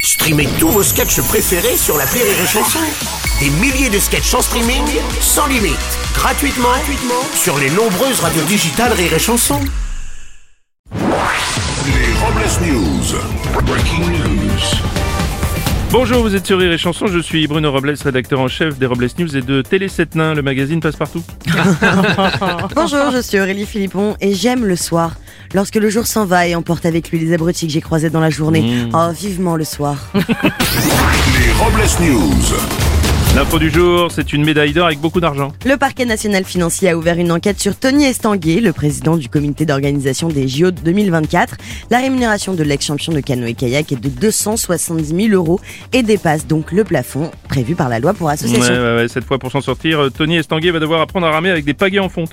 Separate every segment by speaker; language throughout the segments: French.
Speaker 1: Streamez tous vos sketchs préférés sur la Rire et Chanson. Des milliers de sketchs en streaming, sans limite, gratuitement, gratuitement sur les nombreuses radios digitales Rire et Chanson.
Speaker 2: Les Robles News. Breaking news.
Speaker 3: Bonjour, vous êtes sur Rire et Chanson, je suis Bruno Robles, rédacteur en chef des Robles News et de Télé 7 Nains, le magazine Passe-Partout.
Speaker 4: Bonjour, je suis Aurélie Philippon et j'aime le soir. Lorsque le jour s'en va et emporte avec lui les abrutis que j'ai croisés dans la journée. Oh, vivement le soir.
Speaker 2: Les Robles News.
Speaker 3: L'info du jour, c'est une médaille d'or avec beaucoup d'argent.
Speaker 4: Le parquet national financier a ouvert une enquête sur Tony Estanguet, le président du comité d'organisation des JO de 2024. La rémunération de l'ex-champion de canoë-kayak est de 270 000 euros et dépasse donc le plafond prévu par la loi pour
Speaker 3: Ouais,
Speaker 4: association.
Speaker 3: ouais, ouais, cette fois pour s'en sortir, euh, Tony Estanguet va devoir apprendre à ramer avec des pagaies en fonte.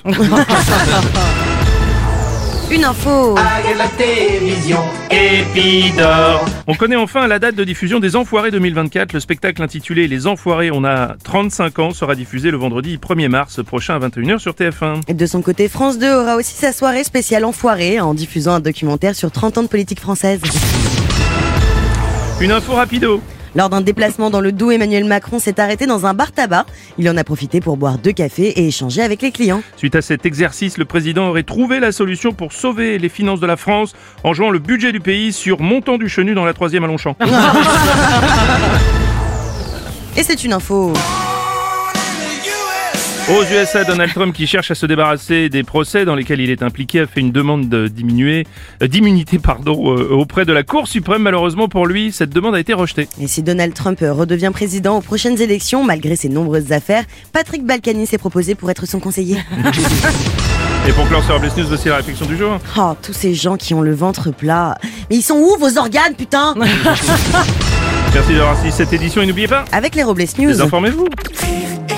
Speaker 4: Une info
Speaker 3: On connaît enfin la date de diffusion des Enfoirés 2024. Le spectacle intitulé Les Enfoirés, on a 35 ans, sera diffusé le vendredi 1er mars prochain à 21h sur TF1.
Speaker 4: Et De son côté, France 2 aura aussi sa soirée spéciale enfoirée en diffusant un documentaire sur 30 ans de politique française.
Speaker 3: Une info rapido.
Speaker 4: Lors d'un déplacement dans le Doubs, Emmanuel Macron s'est arrêté dans un bar tabac. Il en a profité pour boire deux cafés et échanger avec les clients.
Speaker 3: Suite à cet exercice, le président aurait trouvé la solution pour sauver les finances de la France en jouant le budget du pays sur Montant du Chenu dans la troisième à Longchamp.
Speaker 4: Et c'est une info.
Speaker 3: Aux USA, Donald Trump, qui cherche à se débarrasser des procès dans lesquels il est impliqué, a fait une demande de diminuer- euh, d'immunité pardon, euh, auprès de la Cour suprême. Malheureusement pour lui, cette demande a été rejetée.
Speaker 4: Et si Donald Trump redevient président aux prochaines élections, malgré ses nombreuses affaires, Patrick Balkany s'est proposé pour être son conseiller.
Speaker 3: Et pour clore sur Robles News, voici la réflexion du jour.
Speaker 4: Oh, tous ces gens qui ont le ventre plat. Mais ils sont où vos organes, putain
Speaker 3: Merci d'avoir suivi cette édition et n'oubliez pas,
Speaker 4: Avec les Robles News.
Speaker 3: désinformez-vous.
Speaker 5: Rire